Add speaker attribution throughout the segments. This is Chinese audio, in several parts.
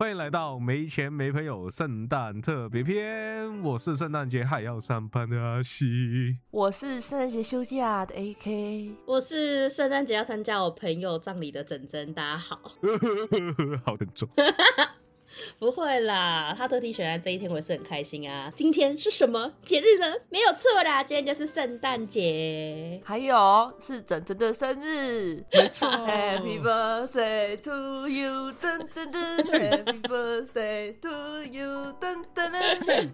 Speaker 1: 欢迎来到没钱没朋友圣诞特别篇，我是圣诞节还要上班的阿西。
Speaker 2: 我是圣诞节休假的 AK，
Speaker 3: 我是圣诞节要参加我朋友葬礼的珍珍，大家好。
Speaker 1: 好沉重，
Speaker 3: 不会啦，他特地选在这一天，我也是很开心啊。今天是什么节日呢？没有错啦，今天就是圣诞节。
Speaker 2: 还有是整整的生日
Speaker 1: 没错
Speaker 2: 哦，Happy birthday to you，噔噔噔 ，Happy birthday to you，噔噔噔。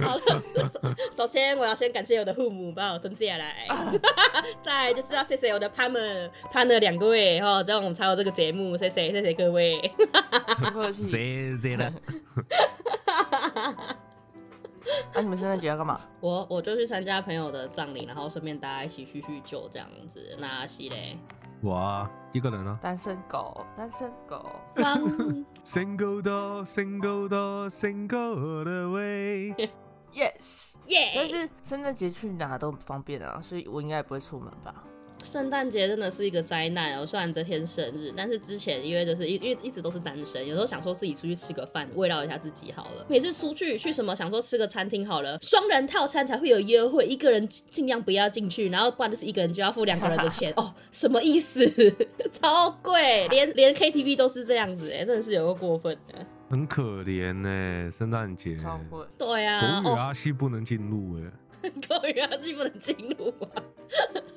Speaker 3: 好了， 首首先我要先感谢我的父母把我生下来，
Speaker 2: 啊
Speaker 3: 再来就是要谢谢我的 partner partner 两位哦，这样我们才有这个节目，谢谢谢谢各位。
Speaker 2: 不客气。
Speaker 1: 谁谁 的？
Speaker 2: 那、啊你们圣诞节要干嘛？
Speaker 3: 我我就去参加朋友的葬礼，然后顺便大家一起叙叙旧这样子。那阿西 嘞，
Speaker 1: 我啊，一个人啊。
Speaker 2: 单身狗，单身狗。
Speaker 3: 帮
Speaker 1: Single door, single door, single the way。
Speaker 2: Yes，
Speaker 3: 耶！
Speaker 2: 但是圣诞节去哪都很方便啊，所以我应该也不会出门吧？
Speaker 3: 圣诞节真的是一个灾难哦。虽然这天生日，但是之前因为就是因因为一直都是单身，有时候想说自己出去吃个饭，慰劳一下自己好了。每次出去去什么想说吃个餐厅好了，双人套餐才会有优惠，一个人尽尽量不要进去，然后不然就是一个人就要付两个人的 钱哦，什么意思？ 超贵，连连 KTV 都是这样子哎、真的是有个过分的。
Speaker 1: 很可怜呢、圣诞节。
Speaker 2: 超哦会。
Speaker 3: 对啊，
Speaker 1: 国语 阿西不能进入哎、
Speaker 3: 哦，狗语啊是不能进入啊。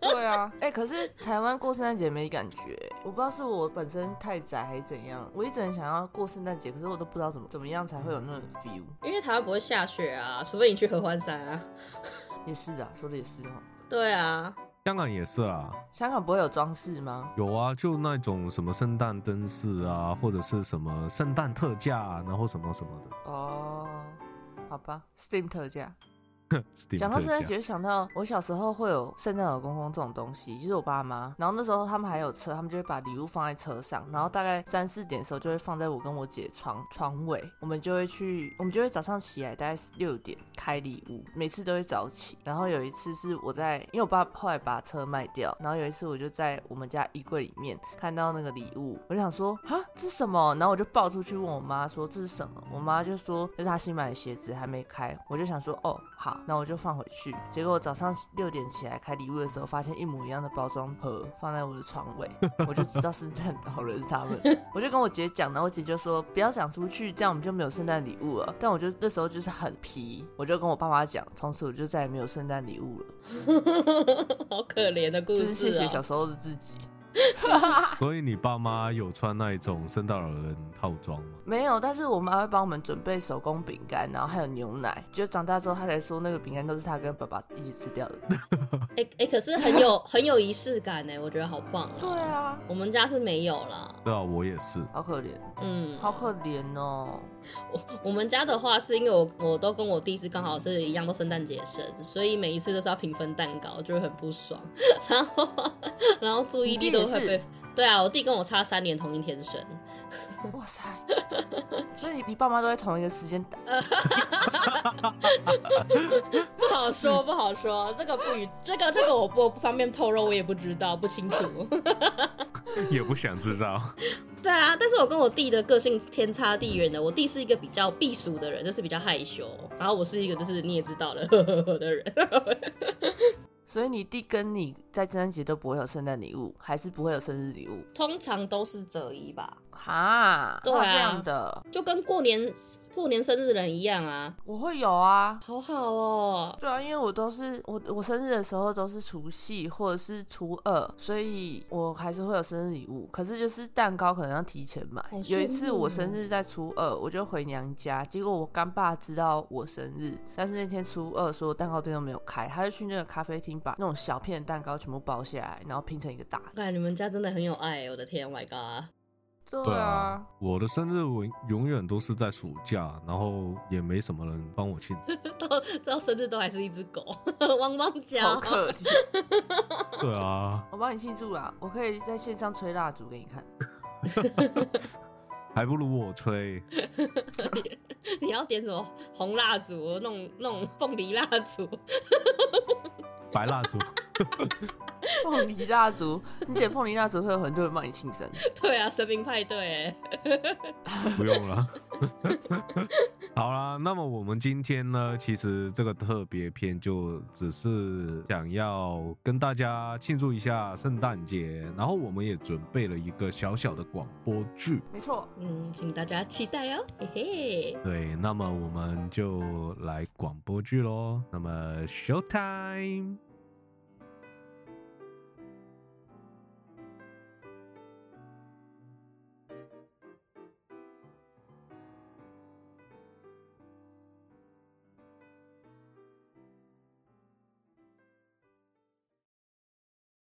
Speaker 2: 对啊， 哎、可是台湾过圣诞节没感觉，我不知道是我本身太宅还是怎样，我一直很想要过圣诞节，可是我都不知道怎么怎么样才会有那种 feel。
Speaker 3: 因为台湾不会下雪啊，除非你去合欢山啊。
Speaker 2: 也是啊，说的也是哦。
Speaker 3: 对啊，
Speaker 1: 香港也是啦，
Speaker 2: 香港不会有装饰吗？
Speaker 1: 有啊，就那种什么圣诞灯饰啊，或者是什么圣诞特价、啊，然后什么什么的。
Speaker 2: 哦、好吧，Steam 特价。
Speaker 1: Steam
Speaker 2: 讲到圣诞
Speaker 1: 特价
Speaker 2: 节，就想到我小时候会有圣诞老公公这种东西，就是我爸妈。然后那时候他们还有车，他们就会把礼物放在车上，然后大概三四点的时候就会放在我跟我姐床床尾，我们就会去，我们就会早上起来大概六点开礼物，每次都会早起。然后有一次是我在，因为我爸后来把车卖掉，然后有一次我就在我们家衣柜里面看到那个礼物，我就想说啊这是什么？然后我就抱出去问我妈说这是什么？我妈就说这是她新买的鞋子还没开，我就想说哦好，那我就放回去。结果我早上六点起来开礼物的时候，发现一模一样的包装盒放在我的床尾，我就知道圣诞老人是他 们。我就跟我姐讲，然后我姐就说不要讲出去，这样我们就没有圣诞礼物了。但我就那时候就是很皮，我就跟我爸妈讲，从此我就再也没有圣诞礼物了，
Speaker 3: 好可怜的故
Speaker 2: 就
Speaker 3: 事、哦，
Speaker 2: 是谢啊谢小时候的自己。
Speaker 1: 所以你爸妈有穿那一种圣诞老人套装吗？
Speaker 2: 没有，但是我妈会帮我们准备手工饼干，然后还有牛奶。就长大之后，她才说那个饼干都是她跟爸爸一起吃掉的。
Speaker 3: 哎、哎、可是很有 很有仪式感呢，我觉得好棒啊。
Speaker 2: 对，啊，
Speaker 3: 我们家是没有啦。
Speaker 1: 对啊，我也是。
Speaker 2: 好可怜，
Speaker 3: 嗯，
Speaker 2: 好可怜哦。
Speaker 3: 我我们家的话是因为我我都跟我弟是刚好是一样，都圣诞节生，所以每一次都是要平分蛋糕，就会很不爽， 然后然后注意力都会
Speaker 2: 你弟也
Speaker 3: 被
Speaker 2: 是。
Speaker 3: 对啊，我弟跟我差三年，同一天生。
Speaker 2: 哇 塞，所以你你爸妈都在同一个时间呃打，
Speaker 3: 不好说，不好说，这个不予这个这个我不我不方便透露，我也不知道，不清楚。
Speaker 1: 也不想知道。
Speaker 3: 对啊，但是我跟我弟的个性天差地远的。我弟是一个比较避暑的人，就是比较害羞，然后我是一个就是你也知道的 呵呵呵的人。
Speaker 2: 所以你弟跟你在圣诞节都不会有圣诞礼物，还是不会有生日礼物？
Speaker 3: 通常都是择一吧，
Speaker 2: 哈，
Speaker 3: 对啊
Speaker 2: 哪有这样的，
Speaker 3: 就跟过年过年生日的人一样啊，
Speaker 2: 我会有啊。
Speaker 3: 好好哦。
Speaker 2: 对啊，因为我都是我我生日的时候都是除夕或者是初二，所以我还是会有生日礼物。可是就是蛋糕可能要提前买
Speaker 3: 好。
Speaker 2: 有一
Speaker 3: 羡
Speaker 2: 次
Speaker 3: 慕哦
Speaker 2: 我生日在初二，我就回娘家，结果我干爸知道我生日，但是那天初二所有蛋糕店都没有开，他就去那个咖啡厅把那种小片的蛋糕全部包下来，然后拼成一个大。
Speaker 3: 看你们家真的很有爱，我的天，Oh my god！
Speaker 2: 对啊，，
Speaker 1: 我的生日我永远都是在暑假，然后也没什么人帮我庆。
Speaker 3: 到到生日都还是一只狗， 汪汪
Speaker 2: 好
Speaker 3: 叫。
Speaker 2: 可怜。
Speaker 1: 对啊，
Speaker 2: 我帮你庆祝啦，我可以在线上吹蜡烛给你看。
Speaker 1: 还不如我吹。
Speaker 3: 你要点什么红蜡烛，那种那种凤梨蜡烛，
Speaker 1: 白蜡烛，
Speaker 2: 凤梨蜡烛，你点凤梨蜡烛会有很多人帮你庆生。
Speaker 3: 对啊，神明派对哎，
Speaker 1: 不用了。 好啦，那么我们今天呢，其实这个特别篇就只是想要跟大家庆祝一下圣诞节，然后我们也准备了一个小小的广播剧。
Speaker 2: 没错，
Speaker 3: 嗯，请大家期待哦，嘿嘿。
Speaker 1: 对，那么我们就来广播剧喽。那么 show time。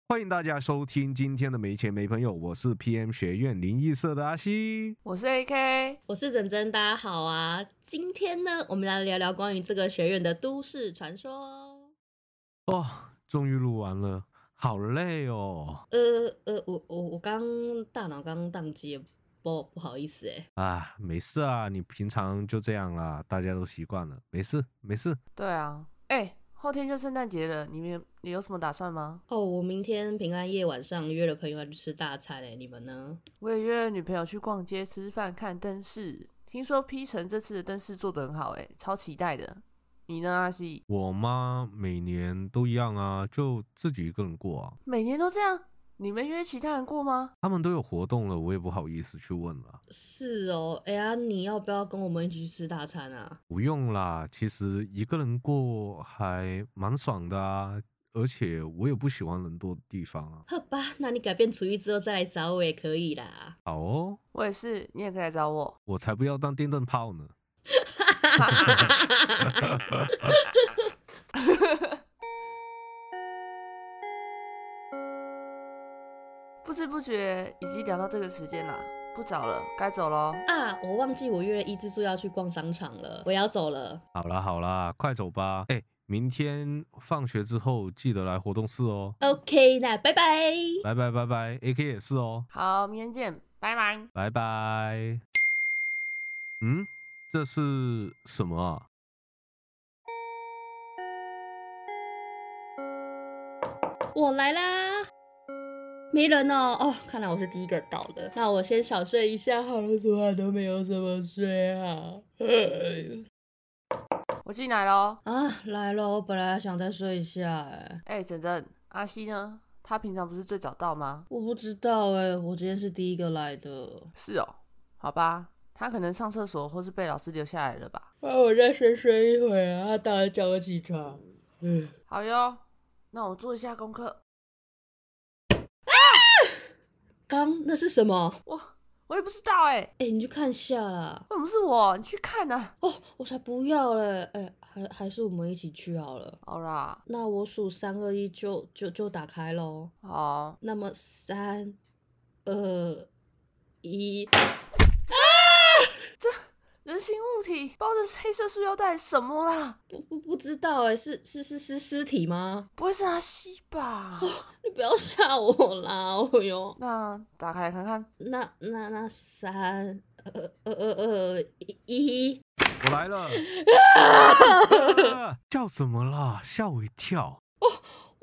Speaker 1: 欢迎大家收听今天的没钱没朋友，我是 PM 学院灵异社的阿西。
Speaker 2: 我是 AK，
Speaker 3: 我是珍珍，大家好啊！今天呢，我们来聊聊关于这个学院的都市传说。
Speaker 1: 哦，终于录完了，好累哦！
Speaker 3: 呃呃，我我我刚大脑刚宕机，不不好意思哎、
Speaker 1: 啊，没事啊，你平常就这样啦，大家都习惯了，没事没事。
Speaker 2: 对啊，哎、后天就圣诞节了，你们你有什么打算吗？
Speaker 3: 哦，我明天平安夜晚上约了朋友要去吃大餐哎、你们呢？
Speaker 2: 我也约了女朋友去逛街、吃饭、看灯饰。听说 P 城这次的灯饰做得很好、哎，超期待的。你呢，阿西？
Speaker 1: 我妈每年都一样啊，就自己一个人过啊。
Speaker 2: 每年都这样，你们约其他人过吗？
Speaker 1: 他们都有活动了，我也不好意思去问了。
Speaker 3: 是哦，哎、呀、你要不要跟我们一起去吃大餐啊？
Speaker 1: 不用啦，其实一个人过还蛮爽的啊，而且我也不喜欢人多的地方啊。
Speaker 3: 好吧，那你改变主意之后再来找我也可以啦。
Speaker 1: 好哦，
Speaker 2: 我也是，你也可以来找 我。
Speaker 1: 我才不要当电灯泡呢。
Speaker 2: 不知不觉已经聊到这个时间了，不早了，该走喽。
Speaker 3: 啊，我忘记我约了一之助要去逛商场了，我要走了。
Speaker 1: 好啦好啦，快走吧。哎，明天放学之后记得来活动室哦。
Speaker 3: OK，那拜拜。
Speaker 1: 拜拜拜拜，AK 也是哦，
Speaker 2: 好，明天见，拜拜。
Speaker 1: 拜拜。嗯，这是什么啊？
Speaker 3: 我来啦！没人哦，哦，看来我是第一个到的。那我先小睡一下好了，昨晚都没有怎么睡啊好。
Speaker 2: 我进来喽。
Speaker 3: 啊，来了，我本来想再睡一下，哎，
Speaker 2: 哎、珍珍，阿西呢？他平常不是最早到吗？
Speaker 3: 我不知道哎，我今天是第一个来的。
Speaker 2: 是哦，好吧，他可能上厕所或是被老师留下来了吧。
Speaker 3: 那啊我再睡睡一会儿啊，大人叫我起床。嗯，
Speaker 2: 好哟，那我做一下功课。
Speaker 3: 刚那是什么？
Speaker 2: 我也不知道哎、
Speaker 3: 哎、你去看一下啦。
Speaker 2: 为什么是我？你去看呐、
Speaker 3: 哦，我才不要嘞！哎、还还是我们一起去好了。
Speaker 2: 好啦，
Speaker 3: 那我数三二一就就就打开喽。
Speaker 2: 好，
Speaker 3: 那么三、呃二、一，
Speaker 2: 人形物体包着黑色塑料袋什么啦？
Speaker 3: 不不不知道哎、是是是是尸体吗？
Speaker 2: 不会是阿西吧？
Speaker 3: 你不要吓我啦！哦哟，
Speaker 2: 那打开来看看。
Speaker 3: 那那那三、呃二、二、二、二、一、呃一，
Speaker 1: 我来了，啊叫什么啦？吓我一跳。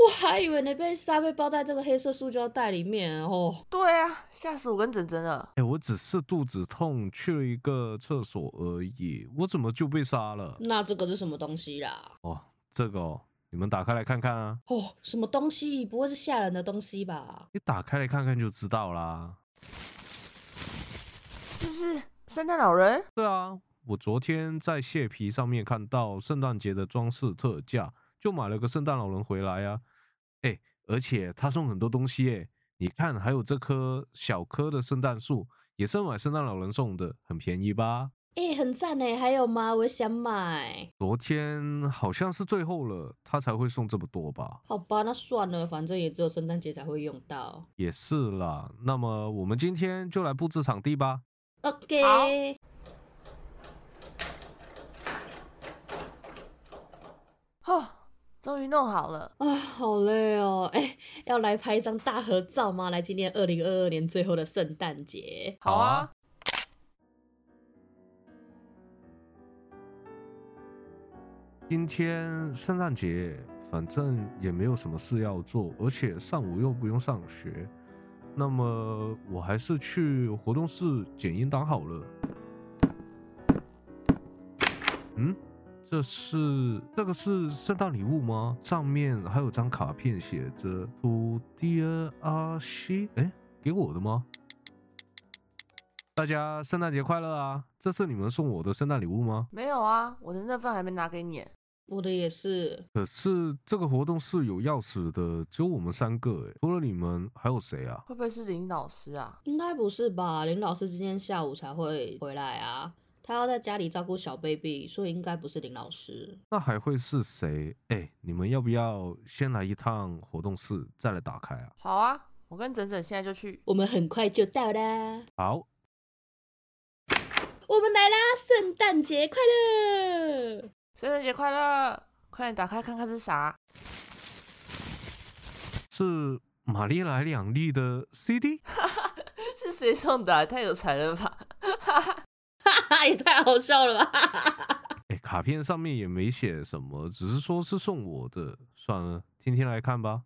Speaker 3: 我还以为你被杀被包在这个黑色塑胶袋里面哦。
Speaker 2: 对啊，吓死我跟珍珍了。
Speaker 1: 哎，我只是肚子痛，去了一个厕所而已，我怎么就被杀了？
Speaker 3: 那这个是什么东西啦？
Speaker 1: 哦，这个哦，你们打开来看看啊，
Speaker 3: 哦，什么东西？不会是吓人的东西吧？
Speaker 1: 你打开来看看就知道啦。
Speaker 2: 这是圣诞老人，
Speaker 1: 对啊，我昨天在蟹皮上面看到圣诞节的装饰特价，就买了个圣诞老人回来啊。哎，而且他送很多东西哎，你看还有这棵小棵的圣诞树，也是买圣诞老人送的，很便宜吧？
Speaker 3: 哎、很赞哎！还有吗？我也想买。
Speaker 1: 昨天好像是最后了，他才会送这么多吧？
Speaker 3: 好吧，那算了，反正也只有圣诞节才会用到。
Speaker 1: 也是啦，那么我们今天就来布置场地吧。
Speaker 3: OK，
Speaker 2: 哦，终于弄好了。
Speaker 3: 啊，好累哦！哎、要来拍一张大合照吗？来纪念二零二二年最后的圣诞节。
Speaker 1: 好啊，今天圣诞节，反正也没有什么事要做，而且上午又不用上学，那么我还是去活动室捡应当好了。嗯，这是这个是圣诞礼物吗？上面还有张卡片写着 “To Dear 阿西”，哎，给我的吗？大家圣诞节快乐啊！这是你们送我的圣诞礼物吗？
Speaker 2: 没有啊，我的那份还没拿给你。
Speaker 3: 我的也是，
Speaker 1: 可是这个活动室有钥匙的，只有我们三个诶，除了你们还有谁啊？
Speaker 2: 会不会是林老师啊？
Speaker 3: 应该不是吧？林老师今天下午才会回来啊，他要在家里照顾小 baby，所以应该不是林老师。
Speaker 1: 那还会是谁？哎，你们要不要先来一趟活动室，再来打开啊？
Speaker 2: 好啊，我跟整整现在就去。
Speaker 3: 我们很快就到啦，
Speaker 1: 好，
Speaker 3: 我们来啦！圣诞节快乐！
Speaker 2: 圣诞节快乐！快点打开看看是啥。
Speaker 1: 是玛丽来两粒的 CD，
Speaker 2: 是谁送的啊、太有才了吧！
Speaker 3: 哈哈， 也太好笑了吧！
Speaker 1: 哎，卡片上面也没写什么，只是说是送我的，算了，天天来看吧。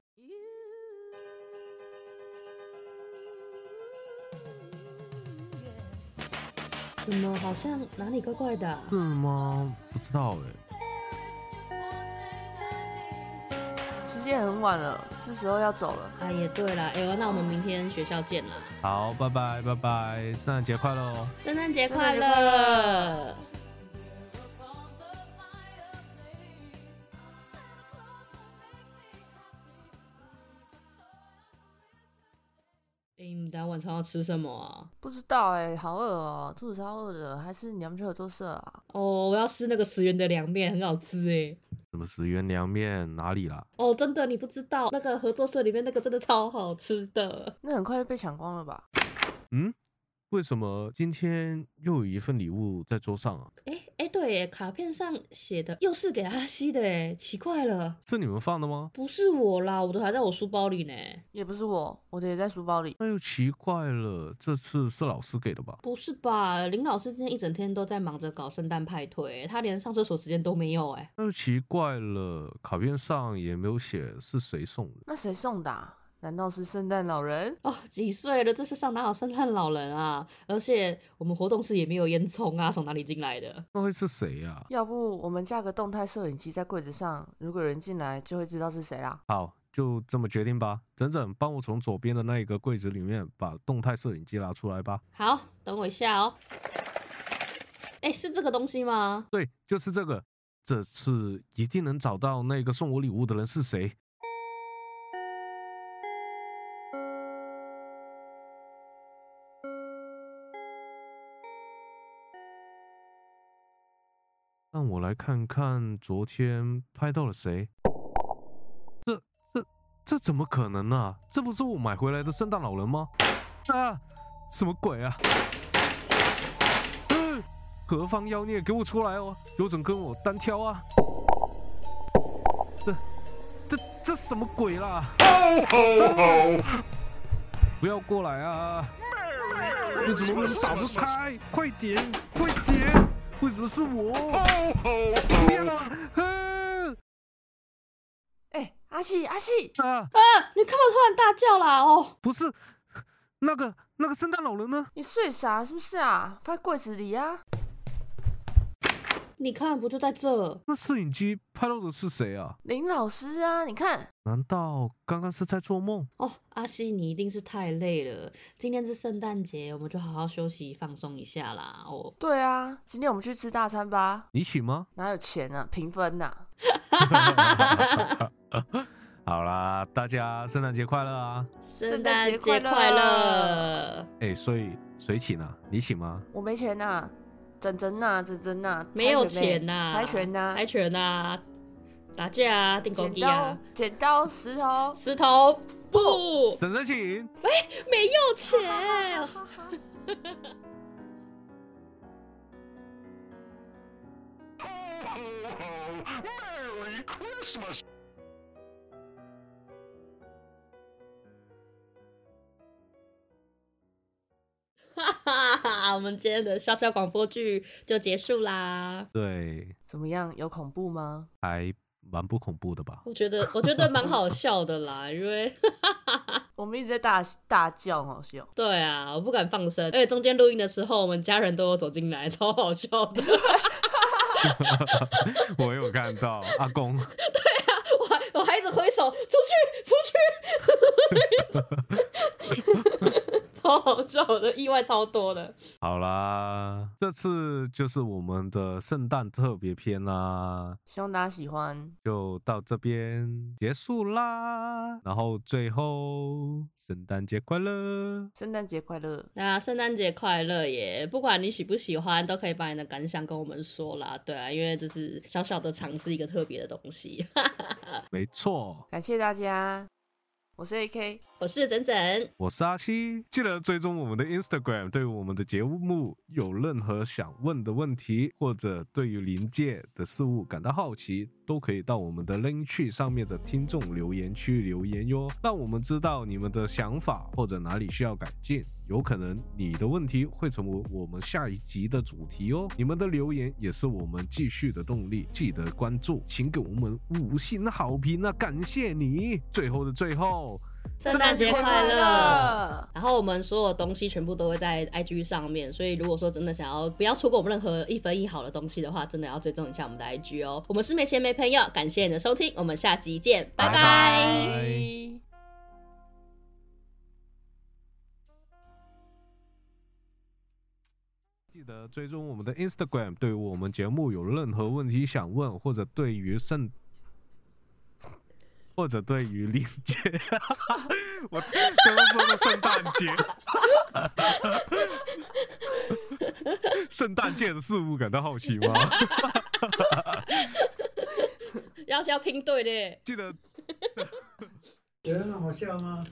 Speaker 3: 怎么好像哪里怪怪的啊、
Speaker 1: 是吗？不知道哎，
Speaker 2: 时间很晚了，是时候要走了。
Speaker 3: 啊，也对啦，哎呦，那我们明天学校见啦！
Speaker 1: 好，拜拜拜拜，圣诞节快乐哦！
Speaker 3: 圣诞节
Speaker 2: 圣诞
Speaker 3: 快
Speaker 2: 节
Speaker 3: 乐！
Speaker 2: 快乐
Speaker 3: 哎、你们等一下晚上要吃什么啊？
Speaker 2: 不知道哎、好饿哦，兔子超饿的，还是你要不要去合作社啊？
Speaker 3: 哦，我要吃那个十元的凉面，很好吃哎。
Speaker 1: 什么十元凉面哪里啦？
Speaker 3: 哦，真的你不知道，那个合作社里面那个真的超好吃的。
Speaker 2: 那很快就被抢光了吧？
Speaker 1: 嗯，为什么今天又有一份礼物在桌上啊？
Speaker 3: 哎、哎、对耶，卡片上写的又是给阿西的哎，奇怪了，
Speaker 1: 是你们放的吗？
Speaker 3: 不是我啦，我的还在我书包里呢。
Speaker 2: 也不是我，我的也在书包里。
Speaker 1: 那又奇怪了，这次是老师给的吧？
Speaker 3: 不是吧？林老师今天一整天都在忙着搞圣诞派对，他连上厕所时间都没有哎。
Speaker 1: 那又奇怪了，卡片上也没有写是谁送的。
Speaker 2: 那谁送的、啊？难道是圣诞老人？
Speaker 3: 哦，几岁了？这世上哪有圣诞老人啊？而且我们活动室也没有烟囱啊，从哪里进来的？
Speaker 1: 那会是谁啊呀、
Speaker 2: 要不我们架个动态摄影机在柜子上，如果有人进来就会知道是谁啦。
Speaker 1: 好，就这么决定吧。整整，帮我从左边的那一个柜子里面把动态摄影机拿出来吧。
Speaker 3: 好，等我一下哦。哎，是这个东西吗？
Speaker 1: 对，就是这个。这次一定能找到那个送我礼物的人是谁。让我来看看昨天拍到了谁。这这这怎么可能啊？这不是我买回来的圣诞老人吗？啊，什么鬼啊！嗯何方妖孽，给我出来哦！有种跟我单挑啊！这、这、这什么鬼啦？不要过来啊！为什么门打不开？快点，快点！为什么是我？灭了！啊
Speaker 2: 哎、阿气阿气，
Speaker 1: 啊！
Speaker 3: 啊！你干嘛突然大叫啦？哦，
Speaker 1: 不是，那个那个圣诞老人呢？
Speaker 2: 你睡傻是不是啊？放在柜子里啊！
Speaker 3: 你看不就在这？
Speaker 1: 那摄影机拍到的是谁啊？
Speaker 2: 林老师啊，你看，
Speaker 1: 难道刚刚是在做梦？
Speaker 3: 哦，阿西，你一定是太累了。今天是圣诞节，我们就好好休息放松一下啦。哦，
Speaker 2: 对啊，今天我们去吃大餐吧。
Speaker 1: 你请吗？
Speaker 2: 哪有钱啊？平分呐、
Speaker 1: 好啦，大家圣诞节快乐啊！
Speaker 2: 圣诞节快乐
Speaker 3: 快乐！
Speaker 1: 哎、所以谁请啊？你请吗？
Speaker 2: 我没钱呐、整整呐、整整呐、
Speaker 3: 没有钱呐、
Speaker 2: 猜拳呐、
Speaker 3: 猜拳呐、打架啊，定狗
Speaker 2: 剪
Speaker 3: 地
Speaker 2: 刀
Speaker 3: 啊，、
Speaker 2: 剪刀、石头，
Speaker 3: 石头布，
Speaker 1: 整整请。
Speaker 3: 没有钱。
Speaker 4: Merry Christmas!
Speaker 3: 哈哈哈，我们今天的笑笑广播剧就结束啦。
Speaker 1: 对，
Speaker 2: 怎么样？有恐怖吗？
Speaker 1: 还蛮不恐怖的吧？
Speaker 3: 我觉得我觉得蛮好笑的啦，因为
Speaker 2: 我们一直在大大叫，好笑。
Speaker 3: 对啊，我不敢放声，而且中间录音的时候，我们家人都有走进来， 超好笑的。
Speaker 1: 我有看到阿公，
Speaker 3: 我还我还一直挥手出去出去， 超好笑的，意外超多的。
Speaker 1: 好啦，这次就是我们的圣诞特别篇啦，
Speaker 2: 希望大家喜欢，
Speaker 1: 就到这边结束啦。然后最后，圣诞节快乐！
Speaker 2: 圣诞节快乐，
Speaker 3: 那圣诞节快乐耶！不管你喜不喜欢，都可以把你的感想跟我们说啦。对啊，因为就是小小的尝试一个特别的东西。
Speaker 1: 没错，
Speaker 2: 感谢大家。我是 AK，
Speaker 3: 我是整整，
Speaker 1: 我是阿西，记得追踪我们的 Instagram。对于我们的节目有任何想问的问题，或者对于临界的事物感到好奇，都可以到我们的 link tree 上面的听众留言区留言哟，让我们知道你们的想法或者哪里需要改进。有可能你的问题会成为我们下一集的主题哦。你们的留言也是我们继续的动力，记得关注，请给我们五星好评啊！感谢你。最后的最后。
Speaker 3: 圣诞节快乐！！然后我们所有东西全部都会在 IG 上面，所以如果说真的想要不要错过我们任何一分一毫的东西的话，真的要追踪一下我们的 IG 哦。我们是没钱没朋友，感谢你的收听，我们下集见，拜
Speaker 1: 拜
Speaker 3: 拜
Speaker 1: 拜记得追踪我们的 Instagram。对于我们节目有任何问题想问，或者对于圣，或者对于临界， 我刚刚说的圣诞节， 圣诞节的事物感到好奇吗？
Speaker 3: 要要拼对的。
Speaker 1: 记得
Speaker 4: 觉得很好笑吗？